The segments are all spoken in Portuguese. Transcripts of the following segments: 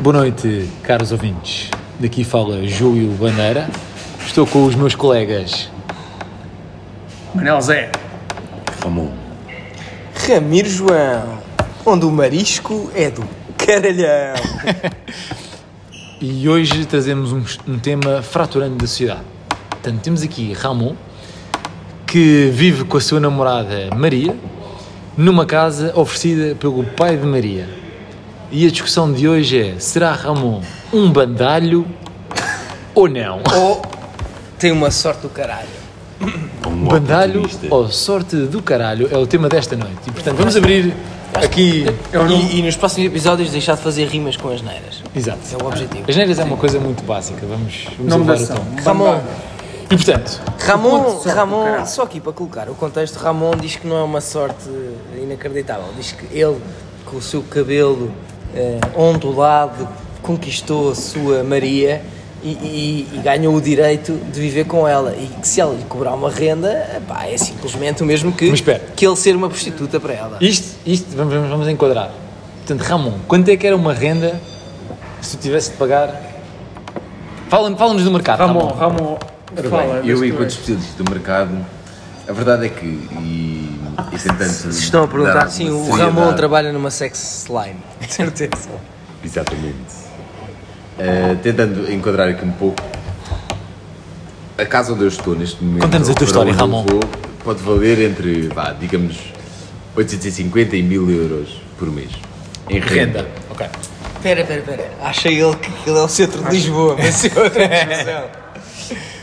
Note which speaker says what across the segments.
Speaker 1: Boa noite, caros ouvintes. Daqui fala Júlio Bandeira. Estou com os meus colegas.
Speaker 2: Manel Ah, Zé.
Speaker 3: Ramon.
Speaker 4: Ramiro João, onde o marisco é do caralhão.
Speaker 1: E hoje trazemos um, um tema fraturante da sociedade. Portanto, temos aqui Ramon, que vive com a sua namorada Maria, numa casa oferecida pelo pai de Maria. E a discussão de hoje é: será Ramon um bandalho ou não?
Speaker 4: Ou Oh, tem uma sorte do caralho.
Speaker 3: Um
Speaker 1: Bandalho
Speaker 3: oportunista.
Speaker 1: ou sorte do caralho é o tema desta noite. E portanto, vamos abrir aqui.
Speaker 4: E, e nos próximos episódios deixar de fazer rimas com as neiras.
Speaker 1: Exato.
Speaker 4: É o objetivo.
Speaker 1: As neiras é uma coisa muito básica, vamos, vamos
Speaker 2: Nome da
Speaker 1: elevar o
Speaker 2: ação.
Speaker 1: tom.
Speaker 4: Ramon,
Speaker 1: E portanto,
Speaker 4: Ramon,
Speaker 2: sorte do
Speaker 4: Ramon,
Speaker 2: caralho.
Speaker 4: só aqui para colocar o contexto, Ramon diz que não é uma sorte inacreditável. Diz que ele, com o seu cabelo eh, ondulado, conquistou a sua Maria e, e- e ganhou o direito de viver com ela. E que se ela lhe cobrar uma renda, pá, é simplesmente o mesmo que,
Speaker 1: Mas espera.
Speaker 4: que ele ser uma prostituta para ela.
Speaker 1: isto, isto vamos, vamos, vamos enquadrar. Portanto, Ramon, quanto é que era uma renda se tu tivesse de pagar? Fala-nos fala do mercado.
Speaker 2: Ramon, Ramon.
Speaker 3: Ora bem,
Speaker 2: Fala, mas
Speaker 3: eu,
Speaker 2: tu é
Speaker 3: enquanto
Speaker 2: és.
Speaker 3: especialista do mercado, a verdade é que. E, e tentando.
Speaker 4: Se estão a perguntar,
Speaker 3: dar
Speaker 4: sim, o
Speaker 3: alguma
Speaker 4: Ramon
Speaker 3: seriedade-
Speaker 4: trabalha numa sex line. De certeza.
Speaker 3: Exatamente. Eh, tentando enquadrar aqui um pouco. A casa onde eu estou neste momento.
Speaker 1: Conta-nos a tua
Speaker 3: para
Speaker 1: história,
Speaker 3: onde eu
Speaker 1: Ramon.
Speaker 3: vou, pode valer entre, vá, digamos, 850 e 1000 euros por mês. Em renda.
Speaker 1: Renda. Ok.
Speaker 4: Pera, pera, pera. Acha ele que aquilo é o centro de Lisboa, mas isso é outra discussão.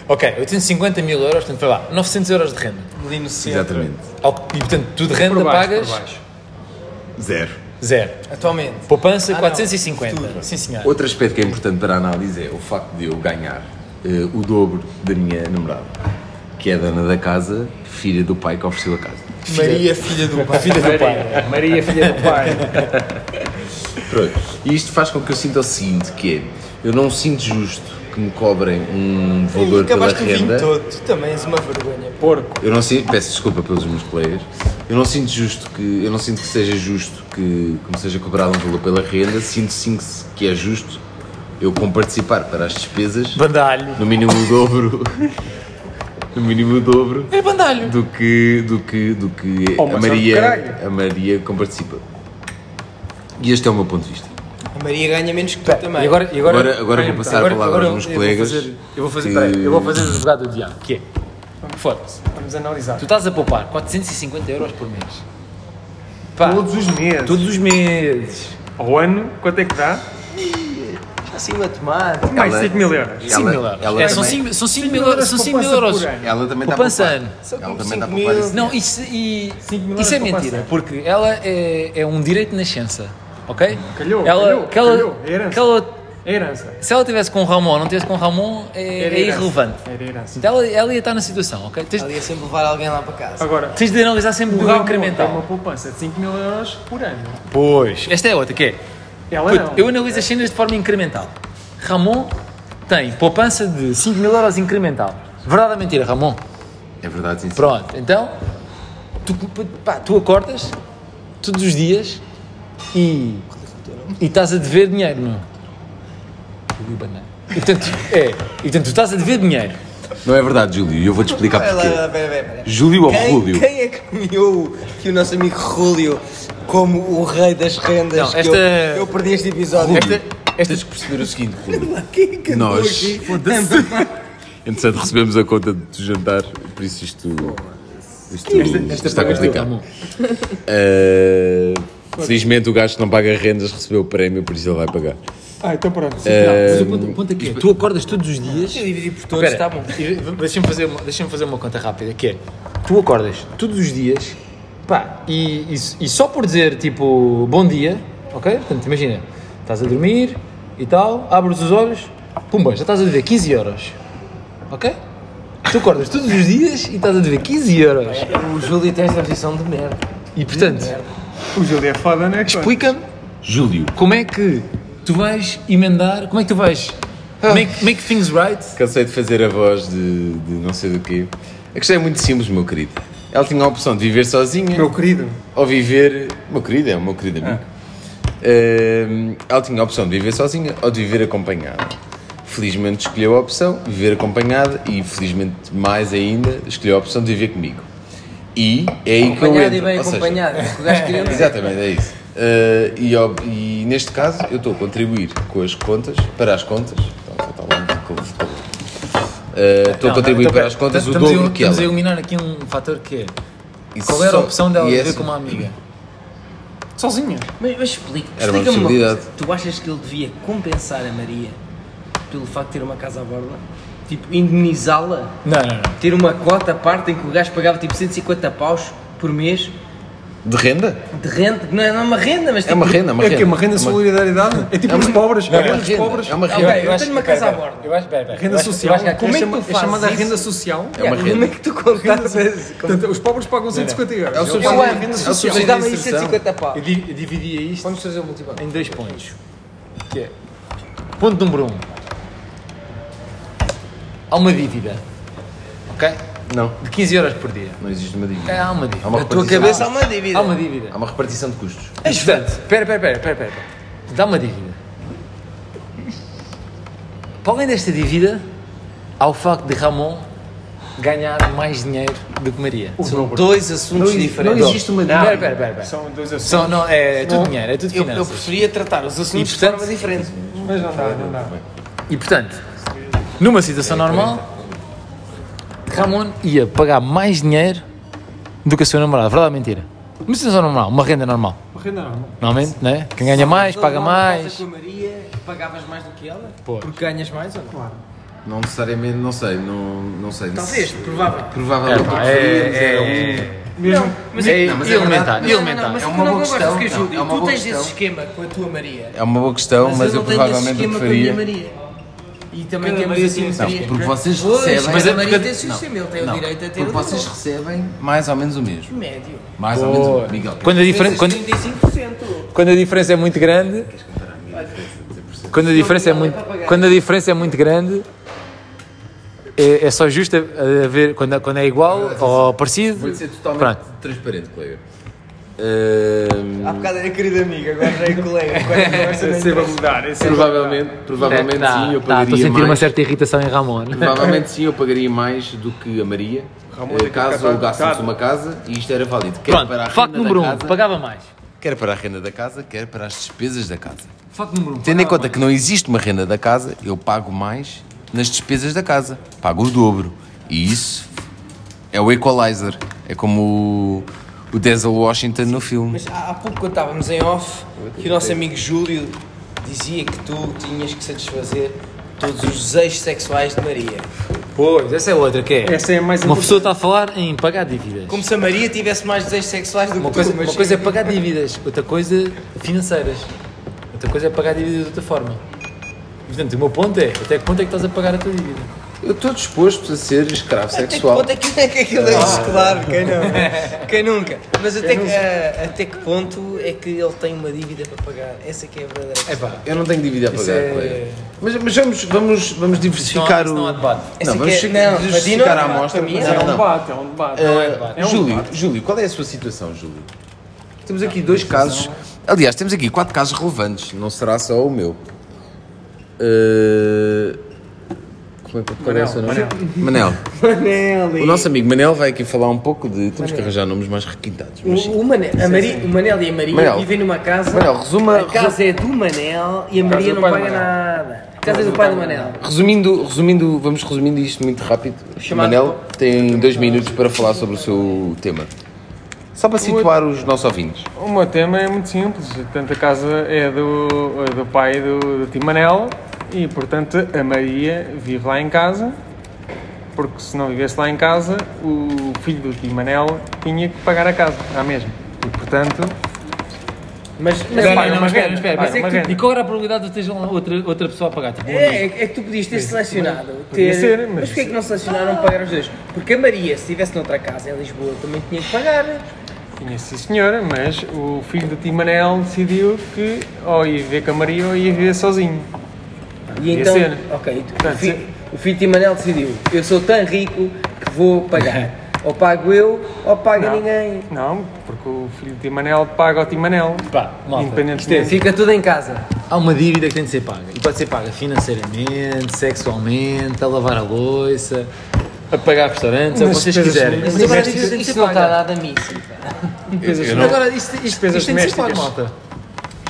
Speaker 1: Ok, 850 mil euros, portanto, foi lá, 900 euros de renda.
Speaker 4: Ali no centro.
Speaker 3: Exatamente.
Speaker 1: Ao que- E portanto, tu de renda
Speaker 2: Por baixo,
Speaker 1: pagas
Speaker 2: por baixo.
Speaker 3: Zero.
Speaker 1: zero.
Speaker 4: Atualmente.
Speaker 1: Poupança
Speaker 4: Ah, não.
Speaker 1: 450.
Speaker 4: Futuro.
Speaker 1: Sim, senhor.
Speaker 3: Outro aspecto que é importante para a análise é o facto de eu ganhar eh, o dobro da minha namorada, que é a dona da casa, filha do pai que ofereceu a casa.
Speaker 4: Maria, filha do pai.
Speaker 1: Filha do pai.
Speaker 2: Maria, Maria, filha do pai.
Speaker 3: Pronto. E isto faz com que eu sinta o seguinte, que é, eu não sinto justo que me cobrem um valor pela
Speaker 4: Acabaste com o vinho
Speaker 3: renda.
Speaker 4: todo. Tu também és uma vergonha.
Speaker 2: Porco.
Speaker 3: Eu não sinto, peço desculpa pelos meus colegas. Eu não sinto justo que, eu não sinto que seja justo que, que me seja cobrado um valor pela renda. Sinto sim que se- que é justo eu comparticipar para as despesas
Speaker 1: Bandalho.
Speaker 3: no mínimo o dobro. No mínimo o dobro
Speaker 1: É bandalho.
Speaker 3: do que, do que, do que
Speaker 2: Oh,
Speaker 3: a,
Speaker 2: mas é do
Speaker 3: Maria,
Speaker 2: caralho.
Speaker 3: a Maria comparticipa. E este é o meu ponto de vista.
Speaker 4: A Maria ganha menos que tu também.
Speaker 1: E agora, e agora,
Speaker 3: Agora, agora vou passar a palavra aos meus
Speaker 1: eu
Speaker 3: colegas.
Speaker 1: Vou fazer, eu vou fazer,
Speaker 3: que-
Speaker 1: peraí, eu vou fazer o jogado do diabo, que é, foda-se,
Speaker 2: Vamos analisar.
Speaker 1: tu estás a poupar 450 euros por mês. Pá,
Speaker 2: Todos os meses.
Speaker 1: todos os meses.
Speaker 2: Ao ano, quanto é que dá?
Speaker 4: Assim, matemática.
Speaker 2: Mais
Speaker 3: Ela-
Speaker 2: 5 mil euros.
Speaker 3: Ela-
Speaker 1: 5 mil euros.
Speaker 3: ela
Speaker 1: É, são
Speaker 3: também-
Speaker 1: 5, são 5 mil euros. São 5 mil euros.
Speaker 2: Poupança por ano.
Speaker 3: Ela também está a
Speaker 1: Poupança
Speaker 3: poupar.
Speaker 1: ano.
Speaker 4: Só
Speaker 3: Ela
Speaker 4: com
Speaker 3: também tá está a
Speaker 4: cinco
Speaker 3: poupar
Speaker 4: mil.
Speaker 3: esse
Speaker 1: Não,
Speaker 3: dinheiro.
Speaker 1: isso, é- e,
Speaker 2: Cinco mil
Speaker 1: isso é
Speaker 2: euros poupança.
Speaker 1: mentira, porque ela é, é um direito de nascença, ok?
Speaker 2: Calhou,
Speaker 1: ela,
Speaker 2: calhou,
Speaker 1: que ela-
Speaker 2: calhou, é herança.
Speaker 1: que ela-
Speaker 2: É herança.
Speaker 1: se ela tivesse com o Ramon ou não tivesse com o Ramon, é,
Speaker 2: Era
Speaker 1: é
Speaker 2: herança.
Speaker 1: irrelevante.
Speaker 2: Era herança.
Speaker 1: Então Ela, ela ia estar na situação, ok? Tens,
Speaker 4: Ali ia sempre levar alguém lá para casa.
Speaker 2: Agora,
Speaker 1: tens de analisar sempre
Speaker 2: o
Speaker 1: o
Speaker 2: Ramon tem
Speaker 1: incremental.
Speaker 2: uma poupança de 5 mil euros por ano.
Speaker 1: Pois. Esta é outra, que é.
Speaker 2: Ela
Speaker 1: Puto,
Speaker 2: não.
Speaker 1: eu analiso as cenas de forma incremental. Ramon tem poupança de 5 mil euros incremental. Verdade ou mentira, Ramon?
Speaker 3: É verdade, sim. sim.
Speaker 1: Pronto, então tu, pá, tu acordas todos os dias e, e estás a dever dinheiro, meu. Ui, banana. E portanto, é, e portanto, tu estás a dever dinheiro.
Speaker 3: Não é verdade, Júlio. E eu vou-te explicar
Speaker 4: Ela,
Speaker 3: porquê.
Speaker 4: pera, pera, pera.
Speaker 3: Júlio ou
Speaker 4: Quem,
Speaker 3: Rúlio?
Speaker 4: quem é que nomeou que o nosso amigo Rúlio como o rei das rendas?
Speaker 1: Não,
Speaker 4: que
Speaker 1: esta-
Speaker 4: eu, eu perdi este episódio.
Speaker 3: Rúlio. Tens que perceber o seguinte, Rúlio.
Speaker 4: Quem é que andou
Speaker 3: Nós.
Speaker 4: aqui?
Speaker 3: Entretanto, recebemos a conta do jantar, por isso isto. Isto, isto está
Speaker 2: é
Speaker 3: complicado.
Speaker 1: Ramon.
Speaker 3: Ah, felizmente, o gajo que não paga rendas recebeu o prémio, por isso ele vai pagar. Eh,
Speaker 2: Ah, então pronto.
Speaker 1: Mas o ponto, o ponto é que é, tu acordas todos os dias.
Speaker 4: Eu dividi por todos, está bom.
Speaker 1: e Deixa-me fazer, uma- deixa-me fazer uma conta rápida, que é, tu acordas todos os dias, pá, e, e, e só por dizer, tipo, bom dia, ok? Portanto, imagina, estás a dormir e tal, abres os olhos, pumba, já estás a dever 15 euros, ok? Tu acordas todos os dias e estás a dever 15 euros.
Speaker 4: O Júlio tem esta posição de merda.
Speaker 1: E, portanto,
Speaker 2: O Júlio é foda, não é?
Speaker 1: explica-me
Speaker 3: Júlio.
Speaker 1: como é que tu vais emendar, como é que tu vais
Speaker 4: Ah.
Speaker 1: make, make things right
Speaker 3: Cansei de fazer a voz de, de não sei do quê. A questão é muito simples, meu querido. Ela tinha a opção de viver sozinha
Speaker 2: Meu querido.
Speaker 3: ou viver. Meu querido, é o meu querido amigo. Ahm, ela tinha a opção de viver sozinha ou de viver acompanhada. Felizmente escolheu a opção de viver acompanhada e, felizmente, mais ainda, escolheu a opção de viver comigo. E é aí que eu
Speaker 4: Acompanhado e
Speaker 3: entro.
Speaker 4: bem
Speaker 3: ou seja,
Speaker 4: acompanhado. o gajo queria dizer.
Speaker 3: Exatamente, é isso. Eh, e, ob- e neste caso eu estou a contribuir com as contas, para as contas. Então, está lá, com- com- Eh, Estou a contribuir para as contas o dobro que ela.
Speaker 1: então, Estamos a eliminar aqui um fator que é.
Speaker 3: E
Speaker 1: Qual era a
Speaker 3: só-
Speaker 1: opção dela
Speaker 3: e é assim.
Speaker 1: viver
Speaker 3: essa-
Speaker 1: com uma amiga?
Speaker 2: Sozinha.
Speaker 4: Mas, mas explica-
Speaker 3: Era uma
Speaker 4: explica-me uma coisa.
Speaker 3: possibilidade.
Speaker 4: Tu achas que ele devia compensar a Maria pelo facto de ter uma casa à borda? Tipo, indemnizá-la?
Speaker 1: Não, não, não.
Speaker 4: Ter uma cota à parte em que o gajo pagava tipo 150 paus por mês
Speaker 3: De renda?
Speaker 4: de renda? Não é não é uma renda, mas
Speaker 3: É
Speaker 4: tipo...
Speaker 3: uma renda, uma
Speaker 2: É o
Speaker 3: renda.
Speaker 2: quê? Uma renda de solidariedade? É tipo os pobres.
Speaker 3: Não, é
Speaker 2: é
Speaker 3: uma
Speaker 2: os
Speaker 3: renda.
Speaker 2: pobres.
Speaker 3: É uma
Speaker 4: Ah, ok,
Speaker 3: renda.
Speaker 4: eu tenho uma casa
Speaker 1: é
Speaker 4: à borda.
Speaker 1: Eu acho, pera, pera.
Speaker 2: Renda
Speaker 1: Eu acho- eu
Speaker 2: social.
Speaker 1: acho que há aqui-
Speaker 4: Como é que
Speaker 2: chama-
Speaker 4: tu fazes
Speaker 2: chamada
Speaker 4: isso?
Speaker 2: renda social.
Speaker 3: É uma
Speaker 4: Como
Speaker 3: renda.
Speaker 4: é que tu contratas? Eu
Speaker 2: Portanto, os pobres pagam 150 euros.
Speaker 3: É o subsídio.
Speaker 2: pago a
Speaker 4: amo.
Speaker 2: renda
Speaker 3: É o
Speaker 2: social.
Speaker 3: subsídio.
Speaker 4: Eu dava-lhe
Speaker 3: inserção.
Speaker 4: 150 paus.
Speaker 1: Eu di- eu dividia isto
Speaker 4: Vamos fazer o multibanco.
Speaker 1: em dois pontos. Que é. Ponto número um. Há uma dívida. Ok?
Speaker 3: Não,
Speaker 1: De 15 euros por dia.
Speaker 3: não existe uma
Speaker 1: É,
Speaker 3: dívida.
Speaker 1: há uma dívida.
Speaker 3: Há uma
Speaker 1: Na
Speaker 3: repartição.
Speaker 4: há uma dívida.
Speaker 1: Há uma dívida.
Speaker 3: Há É uma repartição de custos.
Speaker 1: Portanto, pera, pera, pera, pera, pera. Dá uma dívida. Para além desta dívida, há o facto de Ramon ganhar mais dinheiro do que Maria.
Speaker 4: São dois assuntos diferentes.
Speaker 3: não existe uma
Speaker 1: Pera,
Speaker 3: dívida.
Speaker 1: pera, pera. pera.
Speaker 2: São dois assuntos.
Speaker 1: São, não, é, é tudo dinheiro, é tudo
Speaker 4: Eu, eu
Speaker 1: finanças.
Speaker 4: preferia tratar os assuntos
Speaker 1: E, portanto,
Speaker 4: de forma diferente.
Speaker 2: Mas não dá, não dá.
Speaker 1: E portanto, numa situação normal, Ramon ia pagar mais dinheiro do que a sua namorada. Verdade ou mentira? Uma situação normal, uma renda normal.
Speaker 2: Uma renda não.
Speaker 1: Normalmente, né? Quem ganha mais, paga mais.
Speaker 4: Com a Maria, pagavas mais do que ela?
Speaker 1: Pois.
Speaker 4: Porque ganhas mais ou não? Claro.
Speaker 3: Não necessariamente, não sei, não, não sei.
Speaker 4: Talvez, provável.
Speaker 3: Provavelmente.
Speaker 1: pá,
Speaker 3: eu preferia
Speaker 1: é-
Speaker 3: dizer
Speaker 1: é-
Speaker 3: um-
Speaker 2: Mesmo.
Speaker 4: Mas
Speaker 1: É
Speaker 3: Não, mas é
Speaker 1: elementar,
Speaker 3: verdade.
Speaker 4: Não, não, não,
Speaker 1: elementar.
Speaker 4: mas
Speaker 3: É
Speaker 4: eu
Speaker 3: uma
Speaker 4: não
Speaker 3: boa
Speaker 4: gosto
Speaker 3: questão,
Speaker 4: de ficar
Speaker 3: não,
Speaker 4: julgo.
Speaker 3: é uma
Speaker 4: Tu
Speaker 3: boa
Speaker 4: tens
Speaker 3: questão.
Speaker 4: esse esquema com a tua Maria.
Speaker 3: É uma boa questão, mas, eu,
Speaker 4: não tenho esse
Speaker 3: provavelmente
Speaker 4: esquema com a
Speaker 3: preferia.
Speaker 4: minha Maria. E também
Speaker 1: Porque a
Speaker 4: temos
Speaker 1: Maria
Speaker 4: assim
Speaker 1: tinha-
Speaker 3: Não,
Speaker 4: Maria.
Speaker 3: porque vocês
Speaker 4: Pois,
Speaker 3: recebem.
Speaker 4: Mas a
Speaker 1: é
Speaker 4: Maria
Speaker 1: porque-
Speaker 4: tem o seu sistema, ele tem o
Speaker 3: Não,
Speaker 4: direito a ter
Speaker 3: porque
Speaker 4: o
Speaker 3: vocês recebem mais ou menos o mesmo.
Speaker 4: médio.
Speaker 3: Mais ou menos o mesmo. Miguel.
Speaker 1: Quando a diferença, quando,
Speaker 4: 35%.
Speaker 1: quando a diferença é muito grande, quando a diferença é muito, quando a diferença é muito grande, é, é só justo a- a ver quando, quando é igual ou parecido. É
Speaker 3: Vou ser totalmente
Speaker 1: Pronto.
Speaker 3: transparente, colega. Ahm,
Speaker 4: Há bocado era querida amiga, agora já é colega.
Speaker 2: Sempre a mudar. é sempre a mudar.
Speaker 3: provavelmente, provavelmente
Speaker 1: Tá,
Speaker 3: sim, eu
Speaker 1: tá, Estou a
Speaker 3: pagaria
Speaker 1: sentir uma
Speaker 3: mais.
Speaker 1: certa irritação em Ramon.
Speaker 3: Provavelmente sim, eu pagaria mais do que a Maria.
Speaker 2: Ramon,
Speaker 3: eh,
Speaker 2: tem que
Speaker 3: caso
Speaker 2: acabar
Speaker 3: alugássemos
Speaker 2: bocado.
Speaker 3: uma casa e isto era válido. Quer para a
Speaker 1: Pronto, facto
Speaker 3: renda
Speaker 1: número
Speaker 3: da
Speaker 1: um,
Speaker 3: casa,
Speaker 1: pagava mais.
Speaker 3: quer para a renda da casa, quer para as despesas da casa.
Speaker 1: Facto número um.
Speaker 3: Tendo em conta que não existe uma renda da casa, eu pago mais nas despesas da casa. Pago o dobro. E isso é o equalizer. É como o, o Denzel Washington no filme.
Speaker 4: Mas há há pouco quando estávamos em off, que o nosso amigo Júlio dizia que tu tinhas que satisfazer todos os desejos sexuais de Maria.
Speaker 1: Pois, essa é outra que é.
Speaker 2: Essa é a mais
Speaker 1: Uma
Speaker 2: importante.
Speaker 1: pessoa está a falar em pagar dívidas.
Speaker 4: Como se a Maria tivesse mais desejos sexuais do
Speaker 1: Uma
Speaker 4: que
Speaker 1: coisa,
Speaker 4: tu. mas-
Speaker 1: uma coisa é pagar dívidas, outra coisa financeiras. Outra coisa é pagar dívidas de outra forma. E, Portanto, o meu ponto é, até que ponto é que estás a pagar a tua dívida?
Speaker 3: Eu estou disposto a ser escravo
Speaker 4: Até que ponto é que, é que aquilo é isso? Claro, quem não? Quem nunca? Mas até, que, ah, até que ponto é que ele tem uma dívida para pagar? Essa que é a verdadeira
Speaker 1: É
Speaker 4: questão.
Speaker 1: pá,
Speaker 3: Eu não tenho dívida a pagar,
Speaker 1: é-
Speaker 3: colega. Mas, mas vamos, vamos, vamos diversificar
Speaker 1: isso não há
Speaker 3: o.
Speaker 1: debate.
Speaker 4: Essa
Speaker 3: vamos
Speaker 4: que é-
Speaker 3: chi-
Speaker 4: não, para ti
Speaker 3: diversificar
Speaker 4: não é
Speaker 3: a
Speaker 4: debate,
Speaker 3: amostra.
Speaker 4: para mim é
Speaker 3: mas
Speaker 2: É um
Speaker 3: não.
Speaker 2: debate, é um debate.
Speaker 3: Ah,
Speaker 1: debate.
Speaker 3: Júlio, Júlio, qual é a sua situação, Júlio? Temos aqui dois casos. Aliás, temos aqui quatro casos relevantes, não será só o meu. Ah, Como é que qual é o seu nome? Manel. O nosso amigo Manel vai aqui falar um pouco de. Temos que arranjar nomes mais requintados. mas sim.
Speaker 4: O, o, Manel, a Maria, o Manel e a Maria
Speaker 3: Manel.
Speaker 4: vivem numa casa.
Speaker 3: Manel, resuma-
Speaker 4: A casa é do Manel e a Maria
Speaker 2: do
Speaker 4: não
Speaker 2: pai do
Speaker 4: paga
Speaker 2: Manel.
Speaker 4: nada. A casa é do pai do Manel.
Speaker 3: Resumindo, resumindo, vamos resumindo isto muito rápido.
Speaker 4: Chamado-
Speaker 3: Manel tem dois minutos para falar sobre o seu tema. Só para situar os nossos ouvintes.
Speaker 2: O meu tema é muito simples. Portanto, a casa é do, do pai do, do Timanel e, portanto, a Maria vive lá em casa. Porque se não vivesse lá em casa, o filho do Timanel tinha que pagar a casa, à mesma. E, portanto,
Speaker 4: Mas, mas
Speaker 2: Espera, não,
Speaker 4: pá, é uma
Speaker 2: mas espera,
Speaker 4: renda.
Speaker 2: espera,
Speaker 4: Pá,
Speaker 2: espera.
Speaker 4: é
Speaker 2: uma
Speaker 1: que tu-
Speaker 2: renda.
Speaker 1: e qual era a probabilidade de ter outra, outra pessoa a pagar? Tipo, um amigo?
Speaker 4: É, é que tu podias ter selecionado. Ter...
Speaker 2: ser,
Speaker 4: mas
Speaker 2: mas-
Speaker 4: porquê é que não selecionaram para pagar os dois? Porque a Maria, se estivesse noutra casa em Lisboa, também tinha que pagar.
Speaker 2: tinha sim senhora, mas o filho do Timanel decidiu que ou ia viver com a Maria ou ia viver sozinho.
Speaker 4: E
Speaker 2: Ia
Speaker 4: então,
Speaker 2: ser.
Speaker 4: ok, o
Speaker 2: Portanto,
Speaker 4: fi-
Speaker 2: se-
Speaker 4: o filho de Manel decidiu: eu sou tão rico que vou pagar. Ou pago eu, ou paga
Speaker 2: Não.
Speaker 4: ninguém.
Speaker 2: Não, porque o filho de Timanel paga ao Timanel.
Speaker 1: Pá, malta,
Speaker 2: Independentemente.
Speaker 1: isto é
Speaker 4: é,
Speaker 1: assim,
Speaker 4: Fica tudo em casa.
Speaker 1: Há uma dívida que tem de ser paga. E pode ser paga financeiramente, sexualmente, a lavar a louça, a pagar restaurantes, é o que
Speaker 2: Nas
Speaker 1: vocês
Speaker 2: despesas
Speaker 1: quiserem.
Speaker 2: domésticas.
Speaker 4: Mas agora
Speaker 1: Mas
Speaker 4: isso,
Speaker 1: isto-
Speaker 4: isso
Speaker 1: isto
Speaker 4: não
Speaker 1: paga.
Speaker 4: está dado a mim. sim, pá.
Speaker 3: Eu, eu não,
Speaker 1: Agora, isto, isto, isto,
Speaker 2: Despesas
Speaker 1: tem de ser pago,
Speaker 2: domésticas.
Speaker 1: malta.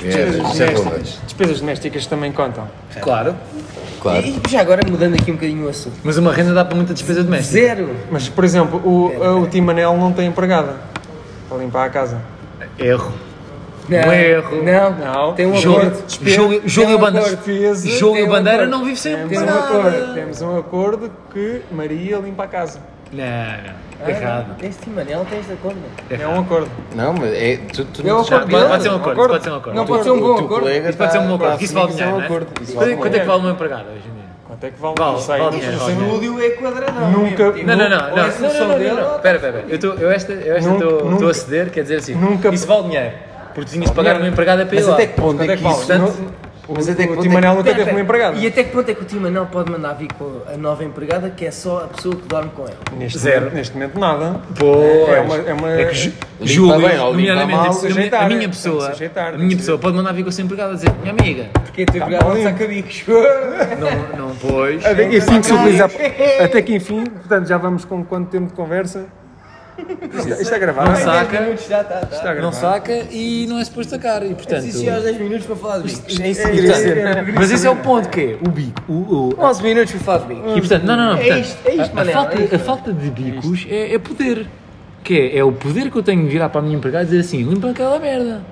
Speaker 3: é, isso é
Speaker 2: domésticas,
Speaker 3: relevante.
Speaker 2: despesas domésticas também contam.
Speaker 1: Claro.
Speaker 3: Claro.
Speaker 4: E já agora mudando aqui um bocadinho o assunto.
Speaker 1: Mas uma renda dá para muita despesa doméstica.
Speaker 4: Zero.
Speaker 2: Mas, por exemplo, o, o Timanel não tem empregada para limpar a casa.
Speaker 1: Erro.
Speaker 4: Não,
Speaker 1: Um erro.
Speaker 4: Ah, Não,
Speaker 2: Não.
Speaker 4: Tem um
Speaker 1: Júlio-
Speaker 4: acordo.
Speaker 1: Júlio- Júlio
Speaker 4: Tem um
Speaker 1: Bandeira-
Speaker 4: acordo.
Speaker 2: Peso,
Speaker 1: Júlio
Speaker 2: tem um
Speaker 1: Bandeira
Speaker 2: acordo.
Speaker 1: não vive sem
Speaker 2: temos um
Speaker 1: empregada.
Speaker 2: acordo. Temos um acordo que Maria limpa a casa.
Speaker 1: Não, não.
Speaker 4: Ah,
Speaker 1: Errado.
Speaker 4: Este Manel tem este acordo.
Speaker 2: É um acordo.
Speaker 3: Não, mas é. Tu, tu
Speaker 4: É o
Speaker 3: não
Speaker 4: acordo
Speaker 1: Pode,
Speaker 4: dele.
Speaker 1: pode ser um acordo,
Speaker 2: Acordo.
Speaker 1: pode ser um acordo.
Speaker 4: Não pode ser um bom acordo.
Speaker 1: Isso
Speaker 3: tá
Speaker 1: pode ser um acordo, que isso vale dinheiro, não é?
Speaker 3: Isso
Speaker 1: Quanto
Speaker 3: vale
Speaker 1: é- Quanto é que
Speaker 2: dinheiro.
Speaker 1: vale uma empregada hoje em dia?
Speaker 2: Quanto é que vale?
Speaker 1: Vale,
Speaker 2: não sei.
Speaker 1: vale
Speaker 2: Não
Speaker 1: dinheiro,
Speaker 2: sei.
Speaker 1: vale dinheiro.
Speaker 4: Núleo é quadradão.
Speaker 2: Nunca-
Speaker 4: mesmo.
Speaker 1: Não, não, não, não.
Speaker 4: Ou é a solução
Speaker 1: não, não,
Speaker 4: dele,
Speaker 1: não, não.
Speaker 4: ou-
Speaker 1: Pera, pera, pera. Eu, tô, eu esta eu esta
Speaker 2: Nunca-
Speaker 1: estou
Speaker 2: nunca-
Speaker 1: a ceder, quer dizer assim.
Speaker 2: nunca-
Speaker 1: Isso vale dinheiro. Porque tinhas de pagar
Speaker 2: dinheiro.
Speaker 1: uma empregada para ir
Speaker 3: Mas
Speaker 1: lá.
Speaker 3: até que ponto
Speaker 2: Quanto
Speaker 3: é que isso.
Speaker 2: vale?
Speaker 1: portanto-
Speaker 2: Não-
Speaker 3: Mas até
Speaker 2: O
Speaker 3: quanto é
Speaker 2: Timanel não
Speaker 4: Pera,
Speaker 2: tem
Speaker 4: pera.
Speaker 2: uma empregada.
Speaker 4: E até que ponto é que o Tima não pode mandar vir com a nova empregada que é só a pessoa que dorme com ela?
Speaker 2: Neste
Speaker 1: Zero.
Speaker 2: momento- Neste momento, nada.
Speaker 1: Pois.
Speaker 2: É uma- é uma-
Speaker 1: que Ju-
Speaker 3: Limpa
Speaker 1: Júlio,
Speaker 3: bem, ou limpa
Speaker 1: nomeadamente, a
Speaker 3: mal,
Speaker 1: minha-
Speaker 2: sujeitar,
Speaker 1: a minha
Speaker 2: tem que
Speaker 1: pessoa,
Speaker 2: sujeitar,
Speaker 1: a
Speaker 2: tem que
Speaker 1: minha pessoa pode mandar vir com a sua empregada a dizer, minha amiga,
Speaker 4: Porque a
Speaker 2: Tá
Speaker 4: tua empregada não saca bicos.
Speaker 1: não, não pois.
Speaker 2: Até que enfim, que se utiliza- Até que enfim, portanto, já vamos com quanto tempo de conversa? Isto, isto é gravado.
Speaker 1: Não
Speaker 2: é?
Speaker 1: saca.
Speaker 4: minutos já está.
Speaker 2: Isto é
Speaker 4: Tá.
Speaker 2: gravado.
Speaker 1: Não saca e não é suposto sacar. E portanto.
Speaker 4: Preciso chegar aos 10 minutos para falar de bicos.
Speaker 2: É isso que eu ia
Speaker 1: portanto,
Speaker 2: dizer.
Speaker 1: mas esse é o ponto que é o bico. O, o-
Speaker 4: 11 minutos para falar de bicos.
Speaker 1: e portanto, não, não, não.
Speaker 4: É
Speaker 1: portanto,
Speaker 4: isto, é isto,
Speaker 1: a- a,
Speaker 4: Manel,
Speaker 1: falta,
Speaker 4: é isto,
Speaker 1: a falta de bicos é, é poder. Que é, é o poder que eu tenho de virar para a minha empregada e dizer assim: limpa aquela merda.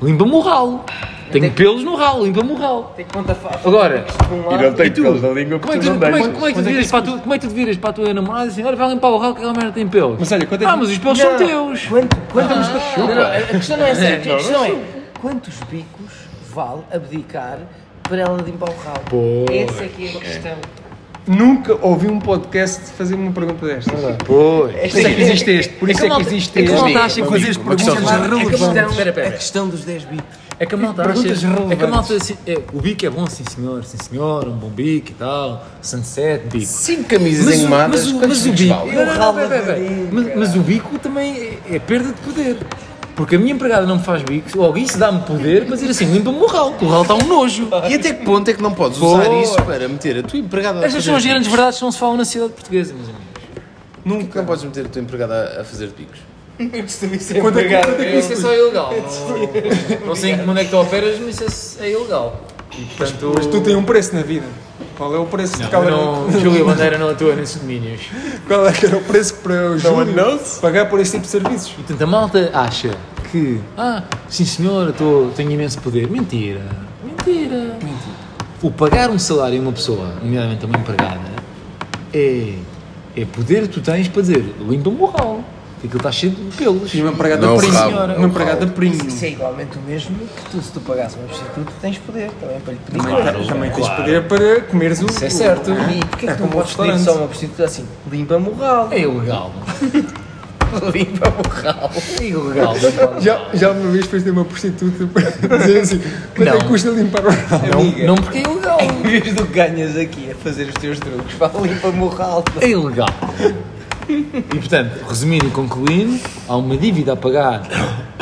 Speaker 1: Limpa-me o ralo. Tenho pelos no ralo, limpa-me o ralo.
Speaker 4: Tem que contar fa-
Speaker 1: Agora,
Speaker 4: de um
Speaker 3: E
Speaker 4: lado.
Speaker 3: não
Speaker 1: E
Speaker 3: tem
Speaker 1: tu?
Speaker 3: pelos na língua
Speaker 1: como é
Speaker 3: porque
Speaker 1: que tu,
Speaker 3: tu não
Speaker 1: como é-
Speaker 3: deixas.
Speaker 1: como é que tu viras para a tua, como é que tu te viras para a tua namorada e assim, olha, vai limpar o ralo que aquela merda tem pelos.
Speaker 2: Mas olha, quanto é que-
Speaker 1: Ah, mas os pelos
Speaker 4: Não,
Speaker 1: são teus.
Speaker 4: Quanto, quanto Ah. Não, não, a a questão não é essa. A questão é quantos bicos vale abdicar para ela limpar o ralo? Essa é que é a questão.
Speaker 2: Nunca ouvi um podcast fazer uma pergunta destas.
Speaker 1: Pois.
Speaker 2: Por isso é que existe este. Por isso é que existe
Speaker 1: É que a
Speaker 2: este.
Speaker 1: malta acha que fazer as perguntas
Speaker 2: É
Speaker 3: é
Speaker 4: A
Speaker 1: relevantes.
Speaker 4: questão, é
Speaker 1: Pera, pera.
Speaker 4: a questão dos 10 bicos.
Speaker 1: É que a malta
Speaker 2: Perguntas
Speaker 1: acha- É que a
Speaker 2: relevantes.
Speaker 1: malta assim, é, o bico é bom, sim senhor, sim senhor, um bom bico e tal, sunset, bico.
Speaker 3: Cinco camisas
Speaker 1: o-
Speaker 3: engomadas,
Speaker 1: o-
Speaker 3: quantos
Speaker 1: mas o
Speaker 3: bicos
Speaker 1: bico, é um
Speaker 3: valem?
Speaker 1: não, não, não,
Speaker 4: Rala
Speaker 1: pera, pera, pera.
Speaker 4: de bico,
Speaker 1: Mas- mas o bico também é, é perda de poder. Porque a minha empregada não me faz bicos, logo isso dá-me poder para dizer assim, limpa-me o ralo, que o ralo está um nojo.
Speaker 3: E até que ponto é que não podes usar isso para meter a tua empregada a
Speaker 1: Estas
Speaker 3: fazer
Speaker 1: são as
Speaker 3: bicos?
Speaker 1: grandes verdades que não se falam na cidade portuguesa, meus amigos.
Speaker 3: Porquê que não podes meter a tua empregada a- a fazer bicos?
Speaker 1: Quanto é que- quanto é que isso é só ilegal? Não, não sei em que mundo é que tu operas, mas isso é ilegal. E, portanto,
Speaker 2: Mas tu tens um preço na vida. Qual é o preço de
Speaker 1: Não,
Speaker 2: cada
Speaker 1: não, Júlio Bandeira não atua nesses domínios.
Speaker 2: Qual é que era o preço para o Júlio pagar por este tipo de serviços?
Speaker 1: E tanta malta acha que, ah, sim senhor, eu tô- tenho imenso poder. Mentira, mentira. O pagar um salário a uma pessoa, nomeadamente a uma empregada, é, é poder que tu tens para dizer, limpa-me o ralo, que aquilo está cheio de pelos.
Speaker 2: E uma empregada
Speaker 3: Não,
Speaker 2: premium.
Speaker 3: rabo,
Speaker 2: uma
Speaker 3: não,
Speaker 2: empregada
Speaker 3: rabo.
Speaker 2: premium.
Speaker 4: Isso é igualmente o mesmo que tu, se tu pagasses um substituto, tens poder também para lhe pedir.
Speaker 2: Também, tá- também tens poder para comeres um o.
Speaker 4: Isso é certo. E porquê é que tu
Speaker 2: como
Speaker 4: não podes pedir
Speaker 2: restaurante.
Speaker 4: só uma prostituta assim? Limpa-me o ralo.
Speaker 1: É ilegal,
Speaker 4: Limpa-me o ralo.
Speaker 1: é ilegal. não pode.
Speaker 2: Já, já uma vez foste a uma prostituta para dizer assim: quanto é
Speaker 1: Não.
Speaker 2: que custa limpar o rabo?
Speaker 4: Amiga,
Speaker 1: Não porque é ilegal.
Speaker 4: em vez do que ganhas aqui a fazer os teus truques, vá limpa-me o ralo.
Speaker 1: É ilegal. E portanto, resumindo e concluindo, há uma dívida a pagar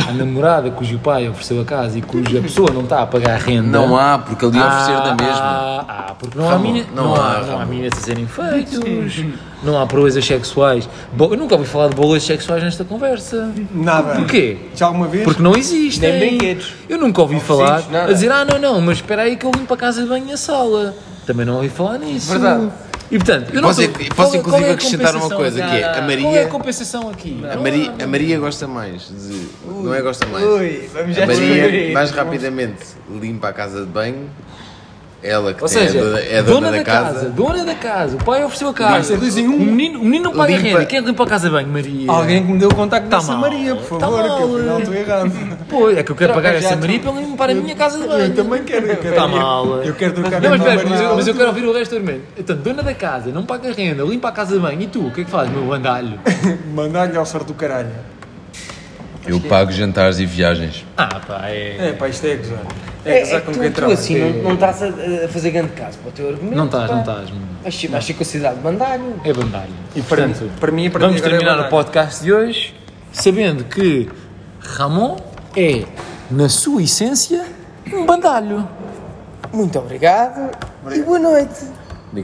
Speaker 1: à namorada cujo pai ofereceu a casa e cuja pessoa não está a pagar a renda.
Speaker 3: Não há, porque ele ia oferecer na mesma.
Speaker 1: Ah, ah, porque não há,
Speaker 3: Ramon,
Speaker 1: mina, não,
Speaker 3: não há,
Speaker 1: há, não há
Speaker 3: Ramon.
Speaker 1: meninas a serem feitos, não há proezas sexuais. Bo- eu nunca ouvi falar de bolas sexuais nesta conversa.
Speaker 2: Nada.
Speaker 1: Porquê?
Speaker 2: Já alguma vez?
Speaker 1: Porque não existem.
Speaker 4: Nem brinquedos.
Speaker 1: Eu nunca ouvi falar
Speaker 3: precisas de
Speaker 1: a
Speaker 3: nada.
Speaker 1: dizer, ah, não, não, mas espera aí que eu limpo a casa de banho e a sala. Também não ouvi falar nisso.
Speaker 4: Verdade.
Speaker 1: E portanto, eu não
Speaker 3: Posso-
Speaker 1: sei-
Speaker 3: posso
Speaker 1: qual é-
Speaker 3: inclusive
Speaker 1: qual é a
Speaker 3: acrescentar uma
Speaker 1: compensação
Speaker 3: coisa,
Speaker 1: aqui?
Speaker 3: que é, a
Speaker 1: Qual é a
Speaker 3: Maria-
Speaker 1: compensação aqui?
Speaker 3: A Maria, a Maria gosta mais de. não é gosta mais.
Speaker 4: Ui, vamos já
Speaker 3: a Maria
Speaker 4: descobrir.
Speaker 3: mais rapidamente limpa a casa de banho. Ela que
Speaker 1: Ou
Speaker 3: tem-
Speaker 1: seja,
Speaker 3: é, dona, é
Speaker 1: dona, da casa, dona da casa, o pai ofereceu a casa.
Speaker 2: Dois em
Speaker 1: O
Speaker 2: um.
Speaker 1: menino, o menino não paga
Speaker 3: Limpa.
Speaker 1: renda. Quem é que limpa a casa de banho? Maria.
Speaker 2: Alguém que me deu o contacto
Speaker 1: Tá
Speaker 2: dessa
Speaker 1: mal.
Speaker 2: Maria, por
Speaker 1: Tá
Speaker 2: favor, que
Speaker 1: mal,
Speaker 2: afinal
Speaker 1: é.
Speaker 2: estou errado.
Speaker 1: Pô, é que eu quero pagar
Speaker 4: já
Speaker 1: essa
Speaker 4: tu.
Speaker 1: Maria para ele limpar a minha casa de banho.
Speaker 2: então. Eu também quero. Eu quero
Speaker 1: Está Tá mal.
Speaker 2: Eu quero trocar
Speaker 1: Não, mas
Speaker 2: a
Speaker 1: espera,
Speaker 2: Maria.
Speaker 1: mas, eu- mas eu quero ouvir o resto do argumento. Então, dona da casa, não paga renda, limpa a casa de banho. E tu, o que é que fazes, meu bandalho?
Speaker 2: Mandar-lhe ao sorte do caralho.
Speaker 1: é.
Speaker 3: Eu pago jantares e viagens.
Speaker 1: Ah, pá, é...
Speaker 2: É pá, isto é gozar. É,
Speaker 4: É,
Speaker 2: casar
Speaker 4: é que
Speaker 2: com
Speaker 4: tu,
Speaker 2: quem
Speaker 4: tu
Speaker 2: trabalha.
Speaker 4: assim não, não estás a, a fazer grande caso para o teu argumento.
Speaker 2: É,
Speaker 1: Não estás,
Speaker 4: pá.
Speaker 1: não estás.
Speaker 4: Mas tipo, vais ser considerado bandalho.
Speaker 1: É bandalho. E
Speaker 2: Para mim- para mim, a partir
Speaker 1: vamos
Speaker 2: de agora é
Speaker 1: terminar o
Speaker 2: bandalho.
Speaker 1: podcast de hoje sabendo que Ramon é, na sua essência, um bandalho.
Speaker 4: Muito obrigado e boa noite.